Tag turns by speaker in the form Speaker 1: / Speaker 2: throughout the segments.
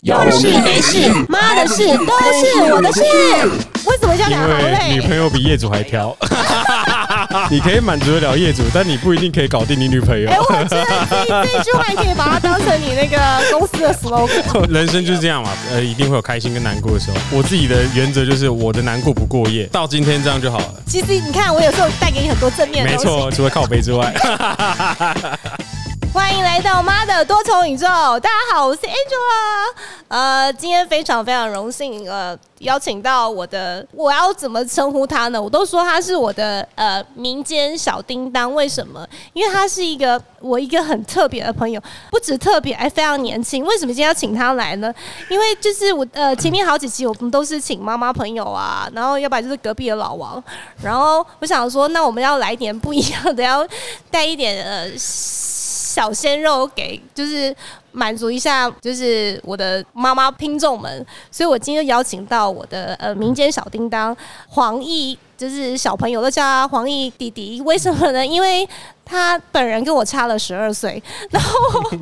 Speaker 1: 有事没事，妈的事都是我的事。为什么叫
Speaker 2: 因
Speaker 1: 两行
Speaker 2: 为
Speaker 1: 泪？
Speaker 2: 女朋友比业主还 挑，你可以满足得了业主，但你不一定可以搞定你女朋友
Speaker 1: 哎、。我觉得这这一句话你可以把它当成你那个公司的 slogan。
Speaker 2: 人生就是这样嘛，呃，一定会有开心跟难过的时候。我自己的原则就是我的难过不过夜，到今天这样就好了。
Speaker 1: 其实你看，我有时候带给你很多正面的
Speaker 2: 没
Speaker 1: 东西。
Speaker 2: 错，除了靠背之外，
Speaker 1: 欢迎来到妈的多重宇宙，大家好，我是 Angela。呃，今天非常非常荣幸，呃，邀请到我的，我要怎么称呼他呢？我都说他是我的呃民间小叮当，为什么？因为他是一个我一个很特别的朋友，不止特别， 还非常年轻。为什么今天要请他来呢？因为就是我呃前面好几集我们都是请妈妈朋友啊，然后要不然就是隔壁的老王，然后我想说，那我们要来一点不一样的，要带一点呃小鲜肉给，就是满足一下，就是我的妈妈听众们。所以我今天邀请到我的呃民间小叮当黄奕，就是小朋友都叫他黄奕弟弟。为什么呢？因为他本人跟我差了十二岁，然后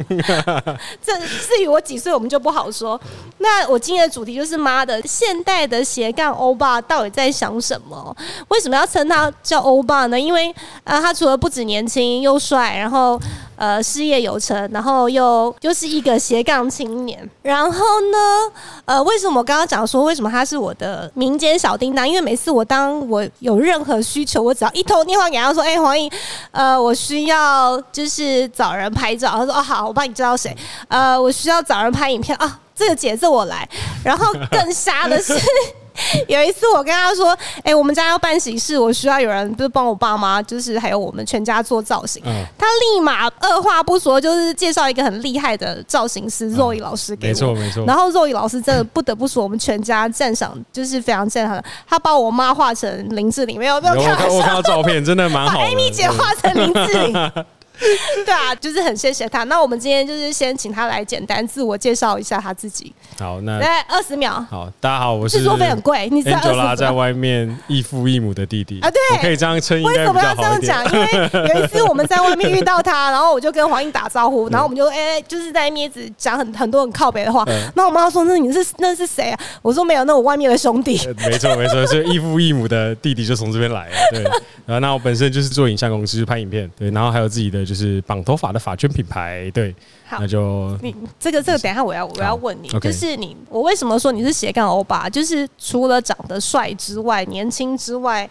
Speaker 1: 这至于我几岁，我们就不好说。那我今天的主题就是妈的，现代的斜杠欧巴到底在想什么？为什么要称他叫欧巴呢？因为呃，他除了不止年轻又帅，然后呃事业有成，然后又又是一个斜杠青年。然后呢，呃，为什么我刚刚讲说为什么他是我的民间小叮当？因为每次我当我有任何需求，我只要一通电话给他说：“哎、黄奕，呃，我需要就是找人拍照。”他说：“哦，好，我帮你知道谁。”呃，我需要找人拍影片啊，这个节奏我来。然后更瞎的是。 有一次，我跟他说：“哎、我们家要办喜事，我需要有人，就是帮我爸妈，就是还有我们全家做造型。
Speaker 2: 嗯，
Speaker 1: 他立马二话不说，就是介绍一个很厉害的造型师肉 o 老师给我。
Speaker 2: 嗯没错没错
Speaker 1: 然。后肉 o 老师真的不得不说，我们全家赞赏，就是非常赞赏的。他把我妈画成林志玲，没 有没有
Speaker 2: 有
Speaker 1: 开
Speaker 2: 我看
Speaker 1: 玩
Speaker 2: 我
Speaker 1: 笑
Speaker 2: 看，到照片，真的蛮
Speaker 1: 把
Speaker 2: 好的。
Speaker 1: Amy 姐画成林志玲。对啊，就是很谢谢她。那我们今天就是先请她来简单自我介绍一下她自己，
Speaker 2: 好，那
Speaker 1: 大概二十秒。
Speaker 2: 好，大家好，我
Speaker 1: 制
Speaker 2: 哎是
Speaker 1: 作费很贵，你知道二
Speaker 2: Angela
Speaker 1: 十
Speaker 2: 在
Speaker 1: 秒。
Speaker 2: 外面异父异母的弟弟
Speaker 1: 啊对
Speaker 2: 我可以这样称，应
Speaker 1: 为
Speaker 2: 该
Speaker 1: 什
Speaker 2: 比
Speaker 1: 么要这
Speaker 2: 较好一
Speaker 1: 样
Speaker 2: 点
Speaker 1: 讲？。因为有一次我们在外面遇到他，然后我就跟黄奕打招呼，然后我们 就哎、就是在那边一直讲很很多很靠北的话
Speaker 2: 嗯。
Speaker 1: 那我妈说：“那你是那是谁啊？”我说：“没有，那我外面的兄弟。
Speaker 2: 呃 没错没错，所以异父异母的弟弟就从这边来了。对，然后那我本身就是做影像公司，就是拍影片，对，然后还有自己的就是绑头发的发圈品牌，对，
Speaker 1: 好
Speaker 2: 那就”
Speaker 1: 你这个这个，等一下我要我要问你，
Speaker 2: OK
Speaker 1: 就是你我为什么说你是斜杠欧巴？就是除了长得帅之外，年轻之外，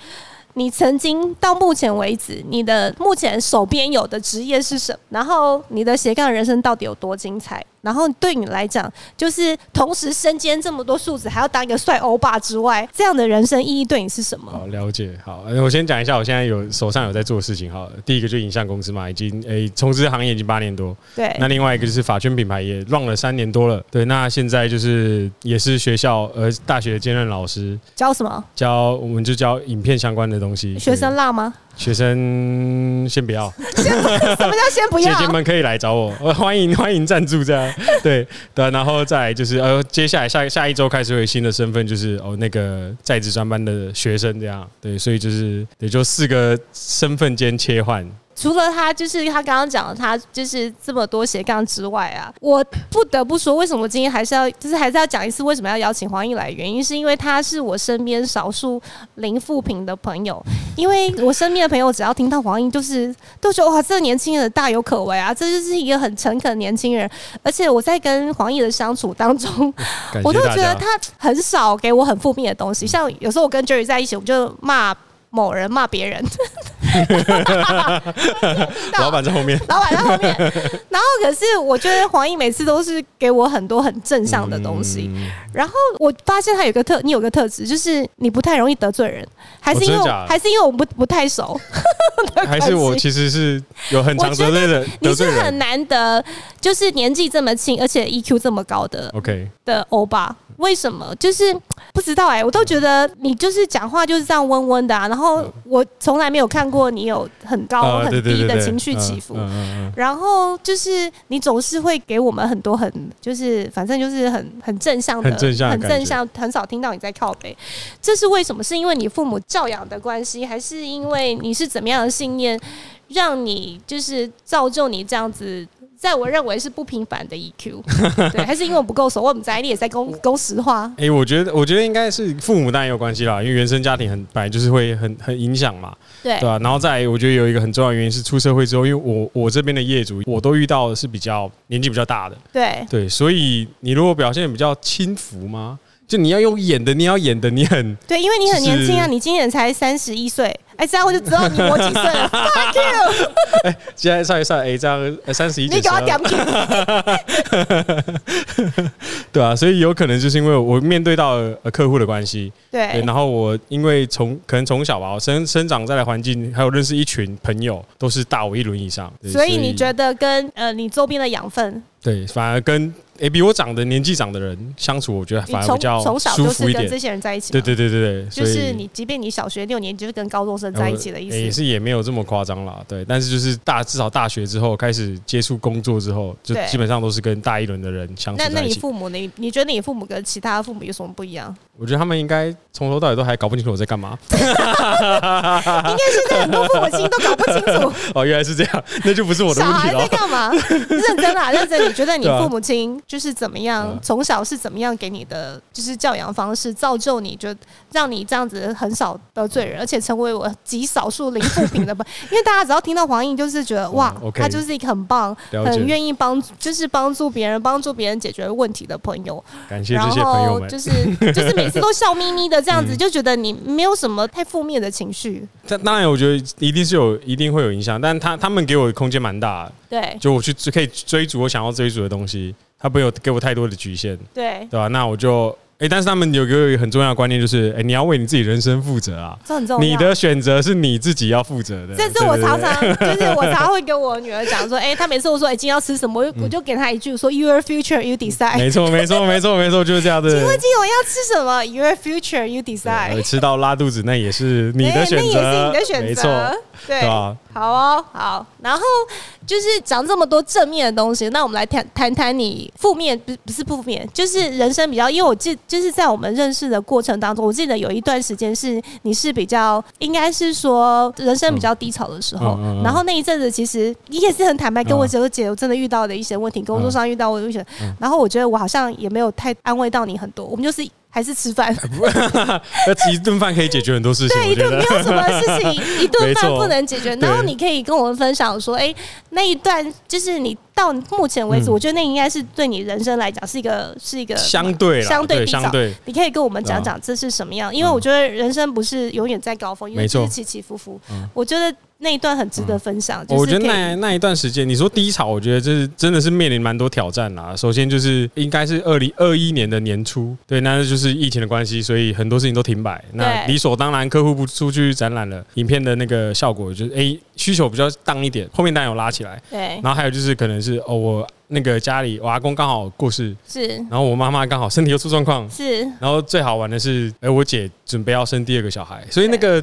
Speaker 1: 你曾经到目前为止，你的目前手边有的职业是什么？然后你的斜杠人生到底有多精彩？然后对你来讲，就是同时身兼这么多素质，还要当一个帅欧巴之外，这样的人生意义对你是什么？
Speaker 2: 好，了解。好，呃我先讲一下，我现在有手上有在做的事情。好了，第一个就是影像公司嘛，已经诶从事行业已经八年多。
Speaker 1: 对，
Speaker 2: 那另外一个就是法圈品牌也 run 了三年多了。对，那现在就是也是学校呃大学兼任老师，
Speaker 1: 教什么？
Speaker 2: 教我们就教影片相关的东西。
Speaker 1: 学生辣吗？
Speaker 2: 对学生先不要，
Speaker 1: 什么叫先不
Speaker 2: 姐
Speaker 1: 要？
Speaker 2: 姐们可以来找我，呃欢迎 欢迎赞助这样。对对，啊然后再来就是呃，接下来下下一周开始会有新的身份，就是哦那个在职专班的学生这样。对，所以就是也就四个身份间切换。
Speaker 1: 除了他，就是他刚刚讲的，他就是这么多斜杠之外啊，我不得不说，为什么今天还是要，就是还是要讲一次为什么要邀请黄奕来，原因是因为他是我身边少数零负评的朋友，因为我身边的朋友只要听到黄奕，就是都觉得哇，这个年轻人大有可为啊，这就是一个很诚恳的年轻人，而且我在跟黄奕的相处当 中，
Speaker 2: 感
Speaker 1: 我
Speaker 2: 谢
Speaker 1: 都
Speaker 2: 大
Speaker 1: 觉得
Speaker 2: 家。
Speaker 1: 他很少给我很负面的东西，像有时候我跟 Jerry 在一起，我们就骂某人骂别人，
Speaker 2: 老板在后面，
Speaker 1: 老板在后 面。然后可是我觉得黄奕每次都是给我很多很正向的东西。
Speaker 2: 嗯
Speaker 1: 然后我发现他有个特，你有个特质，就是你不太容易得罪人，还是因为
Speaker 2: 哦
Speaker 1: 我
Speaker 2: 真的假的
Speaker 1: 还是因为我们不不太熟，
Speaker 2: 还是我其实是有很长得罪人，
Speaker 1: 你
Speaker 2: 得
Speaker 1: 是
Speaker 2: 罪
Speaker 1: 很
Speaker 2: 人。
Speaker 1: 难得，就是年纪这么轻，而且 EQ 这么高的
Speaker 2: OK，
Speaker 1: 的欧巴。为什么？就是不知道哎、我都觉得你就是讲话就是这样温温的啊。然后我从来没有看过你有很高
Speaker 2: 啊，
Speaker 1: 很
Speaker 2: 嗯对对
Speaker 1: 低
Speaker 2: 对
Speaker 1: 的
Speaker 2: 对，
Speaker 1: 情绪
Speaker 2: 嗯
Speaker 1: 起伏。
Speaker 2: 嗯嗯嗯
Speaker 1: 然后就是你总是会给我们很多很就是反正就是很很正向的
Speaker 2: 很正向的
Speaker 1: 很
Speaker 2: 感觉
Speaker 1: 正向，很少听到你在靠北，这是为什么？是因为你父母教养的关系，还是因为你是怎么样的信念，让你就是造就你这样子在我认为是不平凡的 EQ，对，还是因为我不够熟，我们在你也在公公实化。
Speaker 2: 哎、我觉得，我觉得应该是父母当然也有关系啦，因为原生家庭很本来就是会很很影响嘛，
Speaker 1: 对
Speaker 2: 对吧、然后再来我觉得有一个很重要的原因是出社会之后，因为我我这边的业主我都遇到的是比较年纪比较大的，
Speaker 1: 对，
Speaker 2: 对，所以你如果表现比较轻浮吗？就你要用演的，你要演的，你很
Speaker 1: 对，因为你很年轻啊，
Speaker 2: 就是
Speaker 1: 你今年才三十一岁，哎，这样我就知道你我几岁了。Fuck you！
Speaker 2: 现在算一算，哎、这样三十一，
Speaker 1: 你给我点评。
Speaker 2: 对啊，所以有可能就是因为我面对到呃客户的关系，对，
Speaker 1: 对
Speaker 2: 然后我因为从可能从小吧，我生生长在的环境，还有认识一群朋友，都是大我一轮以上，对
Speaker 1: 所以你觉得跟呃你周边的养分，
Speaker 2: 对，反而跟诶、比我长的年纪长的人相处，我觉得
Speaker 1: 你
Speaker 2: 反而
Speaker 1: 从
Speaker 2: 比较
Speaker 1: 从小
Speaker 2: 舒
Speaker 1: 就
Speaker 2: 服
Speaker 1: 是
Speaker 2: 一
Speaker 1: 跟
Speaker 2: 点
Speaker 1: 这。些人在一起，
Speaker 2: 对，对对对对，
Speaker 1: 就
Speaker 2: 所
Speaker 1: 是
Speaker 2: 以
Speaker 1: 你即便你小学六年级就是跟高中生在一起的意
Speaker 2: 呃也
Speaker 1: 思。
Speaker 2: 是也没有这么夸张啦，对。但是就是大至少大学之后开始接触工作之后，就
Speaker 1: 对
Speaker 2: 基本上都是跟大一轮的人相处
Speaker 1: 那那
Speaker 2: 在一
Speaker 1: 你
Speaker 2: 起。
Speaker 1: 父母呢？你你觉得你父母跟其他父母有什么不一样？
Speaker 2: 我觉得他们应该从头到尾都还搞不清楚我在干嘛。
Speaker 1: 应该现在很多父母亲都搞不清楚
Speaker 2: 哦，原来是这样，那就不是我的
Speaker 1: 小
Speaker 2: 问题
Speaker 1: 孩在
Speaker 2: 了。
Speaker 1: 干嘛。 认真 啊，认真！你觉得你
Speaker 2: 对啊
Speaker 1: 父母亲就是怎么样
Speaker 2: 嗯？
Speaker 1: 从小是怎么样给你的就是教养方式，造就你就让你这样子很少得罪人，而且成为我极少数零负评的吧？因为大家只要听到黄奕，就是觉得哇
Speaker 2: 嗯，，OK
Speaker 1: 他就是一个很棒、
Speaker 2: 了
Speaker 1: 很
Speaker 2: 解，
Speaker 1: 愿意帮，就是帮助别人、帮助别人解决问题的朋友。
Speaker 2: 感谢
Speaker 1: 然
Speaker 2: 这些朋友
Speaker 1: 后
Speaker 2: 们
Speaker 1: 就。是就是每次都笑眯眯的这 样子，就觉得你没有什么太负面的情绪。
Speaker 2: 但当然，我觉得一定是有，一定会有影响。但他他们给我的空间蛮大的，
Speaker 1: 对
Speaker 2: 就我去可以追逐我想要追逐的东西，他没有给我太多的局限，
Speaker 1: 对，
Speaker 2: 对吧、啊那我就哎、但是他们有一个很重要的观念，就是哎、诶你要为你自己人生负责啊。
Speaker 1: 这很重要。
Speaker 2: 你的选择是你自己要负责的。
Speaker 1: 这是
Speaker 2: 对
Speaker 1: 我
Speaker 2: 对
Speaker 1: 常
Speaker 2: 对
Speaker 1: 常， 就是我常常会跟我女儿讲说，哎、她每次我说、哎今天要吃什么，我就我就给她一句说 Your future, you decide。
Speaker 2: 嗯没错，没错，没错，没错，就是这样的。
Speaker 1: 请问今晚要吃什么？Your future, you
Speaker 2: 对
Speaker 1: decide。
Speaker 2: 吃到拉肚子那也是你的
Speaker 1: 哎
Speaker 2: 选
Speaker 1: 那也
Speaker 2: 择，
Speaker 1: 是你的选
Speaker 2: 没错
Speaker 1: 择，，对
Speaker 2: 对啊吧？
Speaker 1: 好哦，好。然后就是讲这么多正面的东西，那我们来谈谈谈你负面，不是不是负面，就是人生比较。因为我记，就是在我们认识的过程当中，我记得有一段时间是你是比较，应该是说人生比较低潮的时候。
Speaker 2: 嗯嗯嗯嗯
Speaker 1: 然后那一阵子，其实你也是很坦白跟我
Speaker 2: 嗯
Speaker 1: 姐，我姐我真的遇到的一些问题，工作上遇到我有一些，
Speaker 2: 嗯
Speaker 1: 然后我觉得我好像也没有太安慰到你很多，我们就是还是吃饭。
Speaker 2: 那一顿饭可以解决很多事情，
Speaker 1: 对，
Speaker 2: 我
Speaker 1: 一
Speaker 2: 觉
Speaker 1: 顿没
Speaker 2: 得。
Speaker 1: 有什么事情，一顿
Speaker 2: 没
Speaker 1: 饭
Speaker 2: 错
Speaker 1: 不能解决。
Speaker 2: 对
Speaker 1: 然后你可以跟我们分享说，哎、那一段就是你到目前为止，
Speaker 2: 嗯
Speaker 1: 我觉得那应该是对你人生来讲是一个是一个
Speaker 2: 相对啦
Speaker 1: 相对
Speaker 2: 对
Speaker 1: 低潮
Speaker 2: 相对，啊嗯
Speaker 1: 你可以跟我们讲讲这是什么样，因为我觉得人生不是永远在高峰，因为
Speaker 2: 没错
Speaker 1: 就是起起伏伏
Speaker 2: 嗯。
Speaker 1: 我觉得那一段很值得分享，就是
Speaker 2: 我觉得
Speaker 1: 可以
Speaker 2: 那那一段时间，你说低潮，我觉得这是真的是面临蛮多挑战啦。首先就是应该是二零二一年的年初，对，那就是疫情的关系，所以很多事情都停摆。那
Speaker 1: 对
Speaker 2: 理所当然，客户不出去展览了，影片的那个效果就是诶、需求比较淡一点，后面当然有拉起来。
Speaker 1: 对
Speaker 2: 然后还有就是可能是哦，我那个家里我阿公刚好过世，
Speaker 1: 是
Speaker 2: 然后我妈妈刚好身体又出状况，
Speaker 1: 是
Speaker 2: 然后最好玩的是，哎、我姐准备要生第二个小孩，所以那个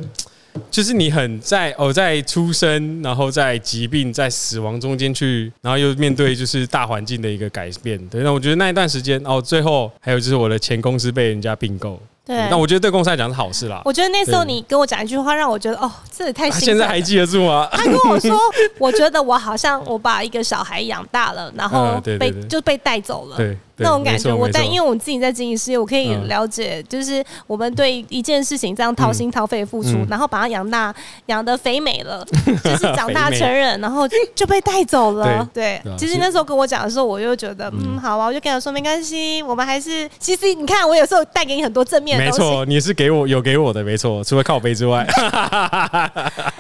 Speaker 2: 就是你很在哦，在出生，然后在疾病、在死亡中间去，然后又面对就是大环境的一个改变。对，那我觉得那一段时间哦，最后还有就是我的前公司被人家并购，
Speaker 1: 对。
Speaker 2: 那我觉得对公司来讲是好事啦。
Speaker 1: 我觉得那时候
Speaker 2: 对
Speaker 1: 你跟我讲一句话，让我觉得哦，这也太
Speaker 2: 啊
Speaker 1: 心
Speaker 2: 现在
Speaker 1: 酸
Speaker 2: 还
Speaker 1: 了
Speaker 2: 记得住吗？
Speaker 1: 他跟我说， 我觉得我好像我把一个小孩养大了，然后
Speaker 2: 嗯对
Speaker 1: 被
Speaker 2: 对对
Speaker 1: 就被带走了。
Speaker 2: 对，对
Speaker 1: 那种感
Speaker 2: 没
Speaker 1: 觉，
Speaker 2: 错
Speaker 1: 我
Speaker 2: 没
Speaker 1: 但
Speaker 2: 错
Speaker 1: 因为我自己在经营事业，我可以
Speaker 2: 嗯
Speaker 1: 了解，就是我们对一件事情这样掏心掏肺付出，
Speaker 2: 嗯
Speaker 1: 然后把它养大，养得肥美 了，就是长大
Speaker 2: 肥美
Speaker 1: 成人，然后就被带走了。对
Speaker 2: 对啊，
Speaker 1: 其实
Speaker 2: 是
Speaker 1: 那时候跟我讲的时候，我又觉得，嗯，好啊，我就跟他说没关系，我们还是，其实你看，我有时候带给你很多正面的
Speaker 2: 没
Speaker 1: 东西，
Speaker 2: 错，你是给我有给我的，没错，除了靠背之外，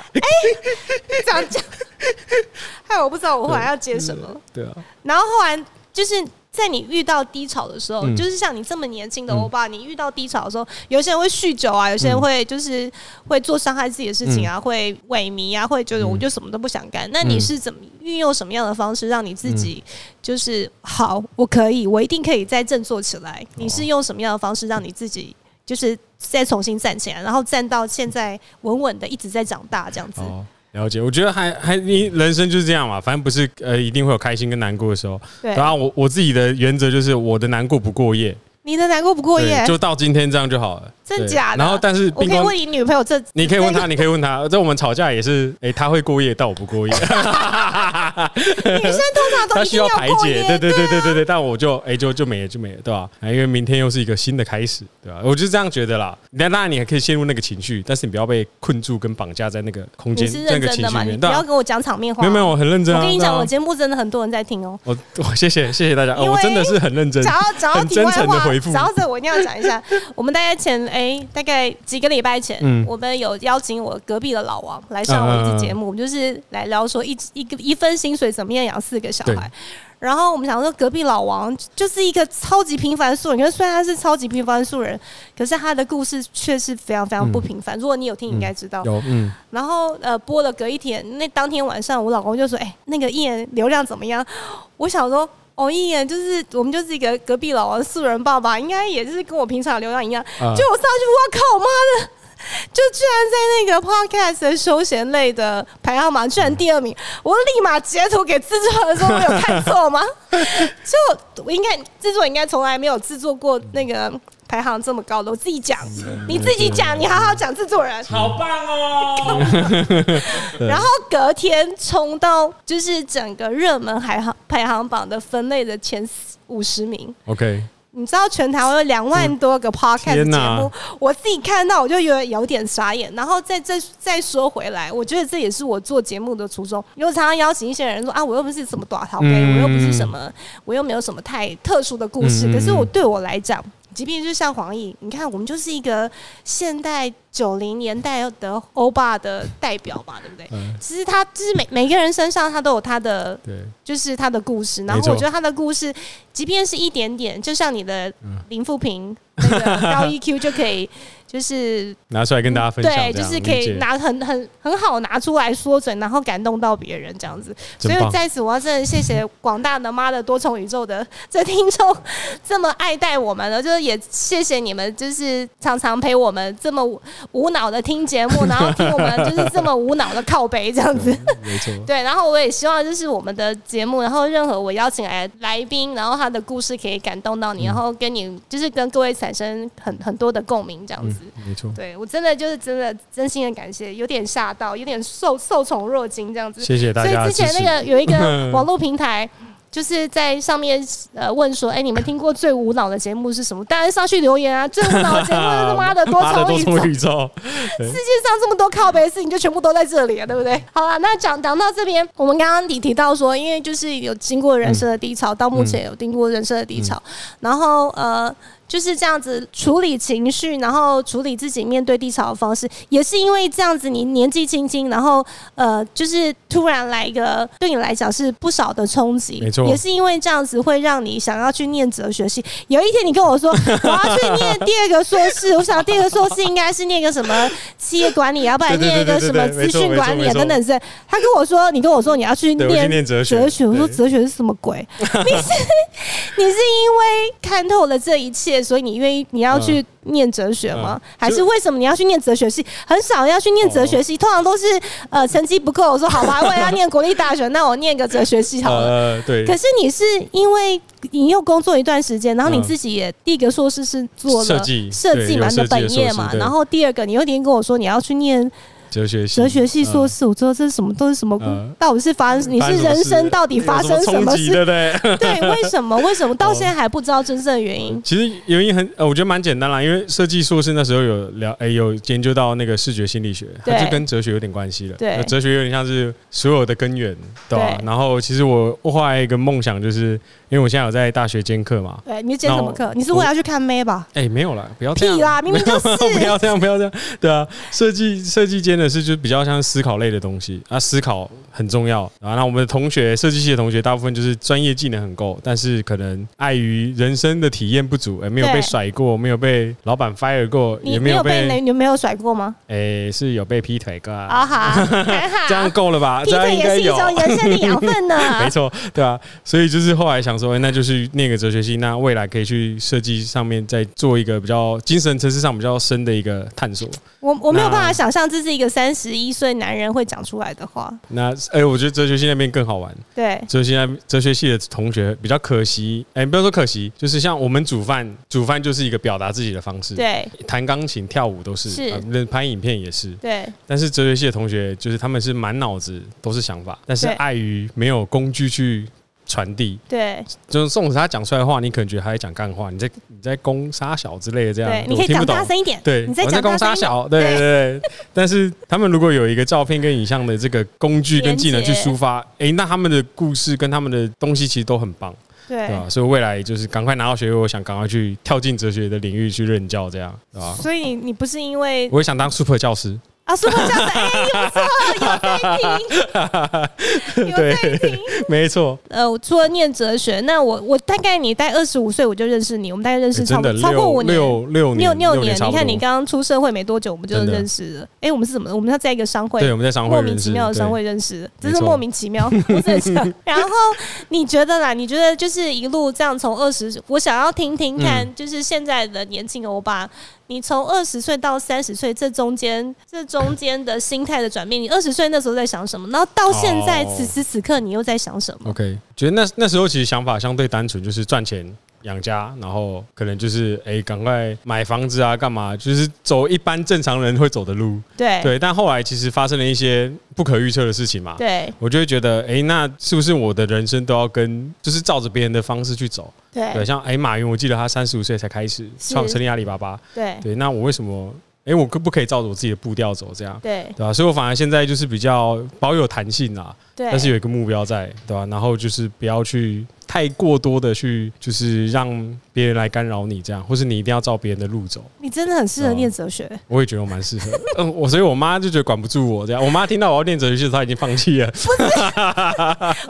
Speaker 1: 这样 讲，害我不知道我后来要接什么。
Speaker 2: 对啊，
Speaker 1: 然后后来就是在你遇到低潮的时候，
Speaker 2: 嗯
Speaker 1: 就是像你这么年轻的欧巴，你遇到低潮的时候，有些人会酗酒
Speaker 2: 嗯
Speaker 1: 啊，有些人会就是会做伤害自己的事情啊，会萎靡啊，会觉得
Speaker 2: 嗯
Speaker 1: 我就什么都不想干。那你是怎么运用什么样的方式让你自己
Speaker 2: 嗯
Speaker 1: 就是好？我可以，我一定可以再振作起
Speaker 2: 哦
Speaker 1: 来。你是用什么样的方式让你自己就是再重新站起来，然后站到现在稳稳的一直在长大这样子？
Speaker 2: 哦，了解。我觉得还还你人生就是这样嘛，反正不是呃，一定会有开心跟难过的时候。
Speaker 1: 对，
Speaker 2: 然后我我自己的原则就是我的难过不过夜，
Speaker 1: 你的难过不过
Speaker 2: 对
Speaker 1: 夜，
Speaker 2: 就到今天这样就好了。
Speaker 1: 真的
Speaker 2: 对
Speaker 1: 假的？
Speaker 2: 然后但是
Speaker 1: 我
Speaker 2: 冰
Speaker 1: 可以
Speaker 2: 光
Speaker 1: 问你女朋友这，
Speaker 2: 你可以问他，你可以问他。在我们吵架也是，诶，他会过夜，但我 不过夜，
Speaker 1: 女 生通常都
Speaker 2: 他
Speaker 1: 一
Speaker 2: 需
Speaker 1: 定
Speaker 2: 要
Speaker 1: 要
Speaker 2: 排
Speaker 1: 过
Speaker 2: 解
Speaker 1: 夜，，
Speaker 2: 对对
Speaker 1: 对
Speaker 2: 对
Speaker 1: 啊
Speaker 2: 对对对。但我就诶，就就没了，就没了，对吧？啊因为明天又是一个新的开始，对吧？我就是这样觉得啦。那当然你还可以陷入那个情绪，但是你不要被困住跟绑架在那个空
Speaker 1: 你
Speaker 2: 间
Speaker 1: 是
Speaker 2: 那
Speaker 1: 认
Speaker 2: 个
Speaker 1: 真
Speaker 2: 情
Speaker 1: 的
Speaker 2: 绪
Speaker 1: 吗？你
Speaker 2: 里面。
Speaker 1: 不
Speaker 2: 对啊
Speaker 1: 要，跟我讲场面话。
Speaker 2: 没有没有，我很认真啊。
Speaker 1: 我跟你
Speaker 2: 对啊
Speaker 1: 讲，我节目真的很多人在听哦。
Speaker 2: 我我 谢谢谢谢大家，哦
Speaker 1: 因为
Speaker 2: 我真的是很认真
Speaker 1: 讲，到讲到
Speaker 2: 很
Speaker 1: 题外
Speaker 2: 真诚地
Speaker 1: 话，
Speaker 2: 回复
Speaker 1: 讲到这我一定要讲一 下。我们大概前哎、大概几个礼拜前，
Speaker 2: 嗯
Speaker 1: 我们有邀请我隔壁的老王来上我一期节
Speaker 2: 嗯
Speaker 1: 目，我们就是来聊说一一个一份薪水怎么样养四个小
Speaker 2: 对
Speaker 1: 孩。然后我们想说，隔壁老王就是一个超级平凡素人，可是虽然他是超级平凡素人，可是他的故事却是非常非
Speaker 2: 嗯
Speaker 1: 常不平凡。如果你有听，你应该知道。
Speaker 2: 有嗯，
Speaker 1: 然后呃，播了隔一天，那当天晚上我老公就说：“哎、那个艺人流量怎么样？”我想说。哦，艺人就是我们就是一个隔壁老王素人爸爸，应该也是跟我平常流量一样。
Speaker 2: 啊
Speaker 1: 就我上去，我靠，我妈的，就居然在那个 podcast 的休闲类的排行榜居然第二名，我立马截图给制作人说：“我有看错吗？”就我应该制作人应该从来没有制作过那个排行这么高的，我自己讲，你自己讲，你好好讲制作人。
Speaker 3: 好棒 哦！
Speaker 1: 然后隔天冲到就是整个热门排行排行榜的分类的前五十名。
Speaker 2: OK，
Speaker 1: 你知道全台湾有两万多个 podcast
Speaker 2: 嗯天
Speaker 1: 节
Speaker 2: 哪
Speaker 1: 目，我自己看到我就有有点傻眼。然后再再再说回来，我觉得这也是我做节目的初衷。因为我常常邀请一些人说啊，我又不是什么短桃杯，
Speaker 2: 嗯
Speaker 1: 我又不是什么，我又没有什么太特殊的故事。
Speaker 2: 嗯
Speaker 1: 可是我对我来讲。即便是像黄奕，你看我们就是一个现代九零年代的欧巴的代表嘛，对不对？
Speaker 2: 嗯，
Speaker 1: 其实他就是每每个人身上他都有他的
Speaker 2: 对，
Speaker 1: 就是他的故事，
Speaker 2: 没
Speaker 1: 然后
Speaker 2: 错
Speaker 1: 我觉得他的故事，即便是一点点，就像你的
Speaker 2: 嗯
Speaker 1: 林富平、那个高 EQ 就可以，就是
Speaker 2: 拿出来跟大家分享这
Speaker 1: 对，
Speaker 2: 样，
Speaker 1: 就是可以
Speaker 2: 理解
Speaker 1: 拿很很很好拿出来说嘴，然后感动到别人这样子。所
Speaker 2: 真
Speaker 1: 以
Speaker 2: 棒
Speaker 1: 在此，我要真的谢谢广大的妈的多重宇宙的这听众这么爱戴我们了，就是也谢谢你们，就是常常陪我们这么无无脑的听节目，然后听我们就是这么无脑的靠背 这样子。
Speaker 2: 嗯没错，
Speaker 1: 对，然后我也希望就是我们的节目，然后任何我邀请来的来宾，然后他的故事可以感动到你，然后跟你就是跟各位产生很很多的共鸣这样子。
Speaker 2: 嗯没错。
Speaker 1: 对我真的就是真的真心的感谢，有点吓到，有点受受宠若惊这样子。
Speaker 2: 谢谢大
Speaker 1: 所以
Speaker 2: 家的
Speaker 1: 之
Speaker 2: 支
Speaker 1: 前
Speaker 2: 持。
Speaker 1: 那个有一个网络平台。就是在上面呃问说，哎、你们听过最无脑的节目是什么？当然上去留言啊，最无脑的节目就是他妈的多
Speaker 2: 妈的
Speaker 1: 重宇宙
Speaker 2: 多重。宇宙，
Speaker 1: 世界上这么多靠背的事情，就全部都在这里了，对不对？好啊了，那讲讲到这边，我们刚刚你提到说，因为就是有经过人生的低潮，到目前有经过人生的低潮，然后呃。就是这样子处理情绪，然后处理自己面对低潮的方式，也是因为这样子，你年纪轻轻，然后呃，就是突然来一个，对你来讲是不少的冲击，
Speaker 2: 没错
Speaker 1: 也是因为这样子会让你想要去念哲学系。有一天你跟我说我要去念第二个硕士，我想第二个硕士应该是念个什么企业管理，啊要不然念一个什么资讯管理啊
Speaker 2: 对对对对对没错没错
Speaker 1: 等等之类。他跟我说，你跟我说你要去
Speaker 2: 对，我去
Speaker 1: 念
Speaker 2: 念哲学，
Speaker 1: 哲学，我说
Speaker 2: 对
Speaker 1: 哲学是什么鬼？你是你是因为看透了这一切，所以你愿意你要去念哲学吗？
Speaker 2: 嗯
Speaker 1: 还是为什么你要去念哲学系？很少人要去念哲学系，通常都是呃成绩不够，我说好吧，为了要念国立大学，那我念个哲学系好了。
Speaker 2: 呃，对，
Speaker 1: 可是你是因为你又工作一段时间，然后你
Speaker 2: 嗯
Speaker 1: 自己也第一个硕士是做了
Speaker 2: 设计
Speaker 1: 设
Speaker 2: 对
Speaker 1: 计
Speaker 2: 有
Speaker 1: 嘛，你
Speaker 2: 设
Speaker 1: 的
Speaker 2: 计的
Speaker 1: 本业
Speaker 2: 硕士
Speaker 1: 嘛，
Speaker 2: 对
Speaker 1: 然后第二个你又天天跟我说你要去念
Speaker 2: 哲学系
Speaker 1: 哲学系硕
Speaker 2: 士，
Speaker 1: 士，我知道这是什么，都是什么
Speaker 2: 嗯，
Speaker 1: 到底是发生，你
Speaker 2: 发
Speaker 1: 是
Speaker 2: 生什么
Speaker 1: 人
Speaker 2: 事
Speaker 1: 生到底
Speaker 2: 有
Speaker 1: 发生什么
Speaker 2: 冲击
Speaker 1: 事？
Speaker 2: 对不对？
Speaker 1: 对，为什么？为什么到现在还不知道真正的原因？
Speaker 2: 其实原因很，呃我觉得蛮简单啦，因为设计硕士那时候有聊，哎，有研究到那个视觉心理学，它
Speaker 1: 对
Speaker 2: 就跟哲学有点关系了。
Speaker 1: 对
Speaker 2: 那哲学有点像是所有的根源，对吧？
Speaker 1: 对
Speaker 2: 然后其实我我后来一个梦想就是，因为我现在有在大学兼课嘛，
Speaker 1: 对，你兼什么课
Speaker 2: 那？我
Speaker 1: 你是为了要去看妹吧？
Speaker 2: 哎，没有啦，不要这样
Speaker 1: 屁啦，明明就是
Speaker 2: 不要这样，不要这样。对啊，设计设计间的是就是比较像思考类的东西啊，思考很重要啊。那我们的同学，设计系的同学，大部分就是专业技能很够，但是可能碍于人生的体验不足，哎、没有
Speaker 1: 对
Speaker 2: 被甩过，没有被老板 fire 过，
Speaker 1: 你
Speaker 2: 也
Speaker 1: 没
Speaker 2: 没
Speaker 1: 有
Speaker 2: 有
Speaker 1: 被
Speaker 2: 被
Speaker 1: 你没有甩过吗？
Speaker 2: 哎、是有被劈腿过啊。
Speaker 1: 啊哈，还好
Speaker 2: 这样够了吧？
Speaker 1: 劈
Speaker 2: 这样
Speaker 1: 腿
Speaker 2: 应
Speaker 1: 也
Speaker 2: 该
Speaker 1: 是一
Speaker 2: 有。
Speaker 1: 种人生的养分呢。
Speaker 2: 没错，对啊，所以就是后来想说，哎那就是念个哲学系，那未来可以去设计上面再做一个比较精神层次上比较深的一个探索。
Speaker 1: 我我没有
Speaker 2: 那
Speaker 1: 办法想象这是一个个三十一岁男人会讲出来的话。
Speaker 2: 那哎、我觉得哲学系那边更好玩。
Speaker 1: 对，
Speaker 2: 哲学系哲学系的同学比较可惜，哎、不要说可惜，就是像我们煮饭，煮饭就是一个表达自己的方式。
Speaker 1: 对，
Speaker 2: 弹钢琴、跳舞都是，
Speaker 1: 是
Speaker 2: 啊那拍影片也是。
Speaker 1: 对，
Speaker 2: 但是哲学系的同学，就是他们是满脑子都是想法，但是
Speaker 1: 对
Speaker 2: 碍于没有工具去传递，
Speaker 1: 对，
Speaker 2: 就是纵使他讲出来的话，你可能觉得他在讲干话，你在你在攻杀小之类的这样，
Speaker 1: 对，你可以
Speaker 2: 啊我听
Speaker 1: 讲
Speaker 2: 不懂
Speaker 1: 大。声一点。
Speaker 2: 对，
Speaker 1: 你在
Speaker 2: 我
Speaker 1: 讲
Speaker 2: 攻
Speaker 1: 大声
Speaker 2: 杀
Speaker 1: 一点。
Speaker 2: 小，对对对。对但是他们如果有一个照片跟影像的这个工具跟技能去
Speaker 1: 连接
Speaker 2: 抒发，诶，那他们的故事跟他们的东西其实都很棒，对啊
Speaker 1: 对
Speaker 2: 吧、，所以未来就是赶快拿到学位，我想赶快去跳进哲学的领域去任教，这样，对吧、
Speaker 1: 所以你你不是因为
Speaker 2: 我也想当 super 教师，
Speaker 1: 啊，说过这样子，哎， 你不错，有在听，有在听。
Speaker 2: 没错，
Speaker 1: 呃，我除了念哲学，那我我大概你在二十五岁我就认识你，我们大概认识
Speaker 2: 诶
Speaker 1: 超
Speaker 2: 哎真
Speaker 1: 过
Speaker 2: 的
Speaker 1: 超过
Speaker 2: 六
Speaker 1: 五年。
Speaker 2: 六
Speaker 1: 六
Speaker 2: 六年六
Speaker 1: 年，
Speaker 2: 差
Speaker 1: 你
Speaker 2: 不
Speaker 1: 看
Speaker 2: 多
Speaker 1: 你刚刚出社会没多久，我们就
Speaker 2: 真的
Speaker 1: 认识了。哎、我们是怎么？我们是在一个商会，
Speaker 2: 对我们在商会
Speaker 1: 莫名
Speaker 2: 认
Speaker 1: 其
Speaker 2: 识，
Speaker 1: 妙的商
Speaker 2: 对
Speaker 1: 会认识的，真
Speaker 2: 没
Speaker 1: 是
Speaker 2: 错
Speaker 1: 莫名其妙。 我在 想，然后你觉得啦？你觉得就是一路这样从二十，我想要听听
Speaker 2: 嗯
Speaker 1: 看，就是现在的年轻欧巴，你从二十岁到三十岁这中间，这中间的心态的转变，你二十岁那时候在想什么？然后到现在
Speaker 2: 哦
Speaker 1: 此时此刻，你又在想什么？
Speaker 2: OK，觉得那那时候其实想法相对单纯，就是赚钱养家，然后可能就是哎，赶、快买房子啊，干嘛？就是走一般正常人会走的路。
Speaker 1: 对
Speaker 2: 对，但后来其实发生了一些不可预测的事情嘛。
Speaker 1: 对
Speaker 2: 我就会觉得，哎、那是不是我的人生都要跟就是照着别人的方式去走？对，
Speaker 1: 对
Speaker 2: 像哎、马云，我记得他三十五岁才开始
Speaker 1: 是
Speaker 2: 创成立阿里巴巴。
Speaker 1: 对
Speaker 2: 对，那我为什么哎、我可不可以照着我自己的步调走？这样
Speaker 1: 对
Speaker 2: 对吧、啊所以我反而现在就是比较保有弹性啊啦。
Speaker 1: 对，
Speaker 2: 但是有一个目标在，对吧、然后就是不要去太过多的去，就是让别人来干扰你这样，或是你一定要照别人的路走。
Speaker 1: 你真的很适合念哲学。
Speaker 2: 我也觉得我蛮适 合的，嗯，我所以我妈就觉得管不住我这样。我妈听到我要念哲学系，她已经放弃了。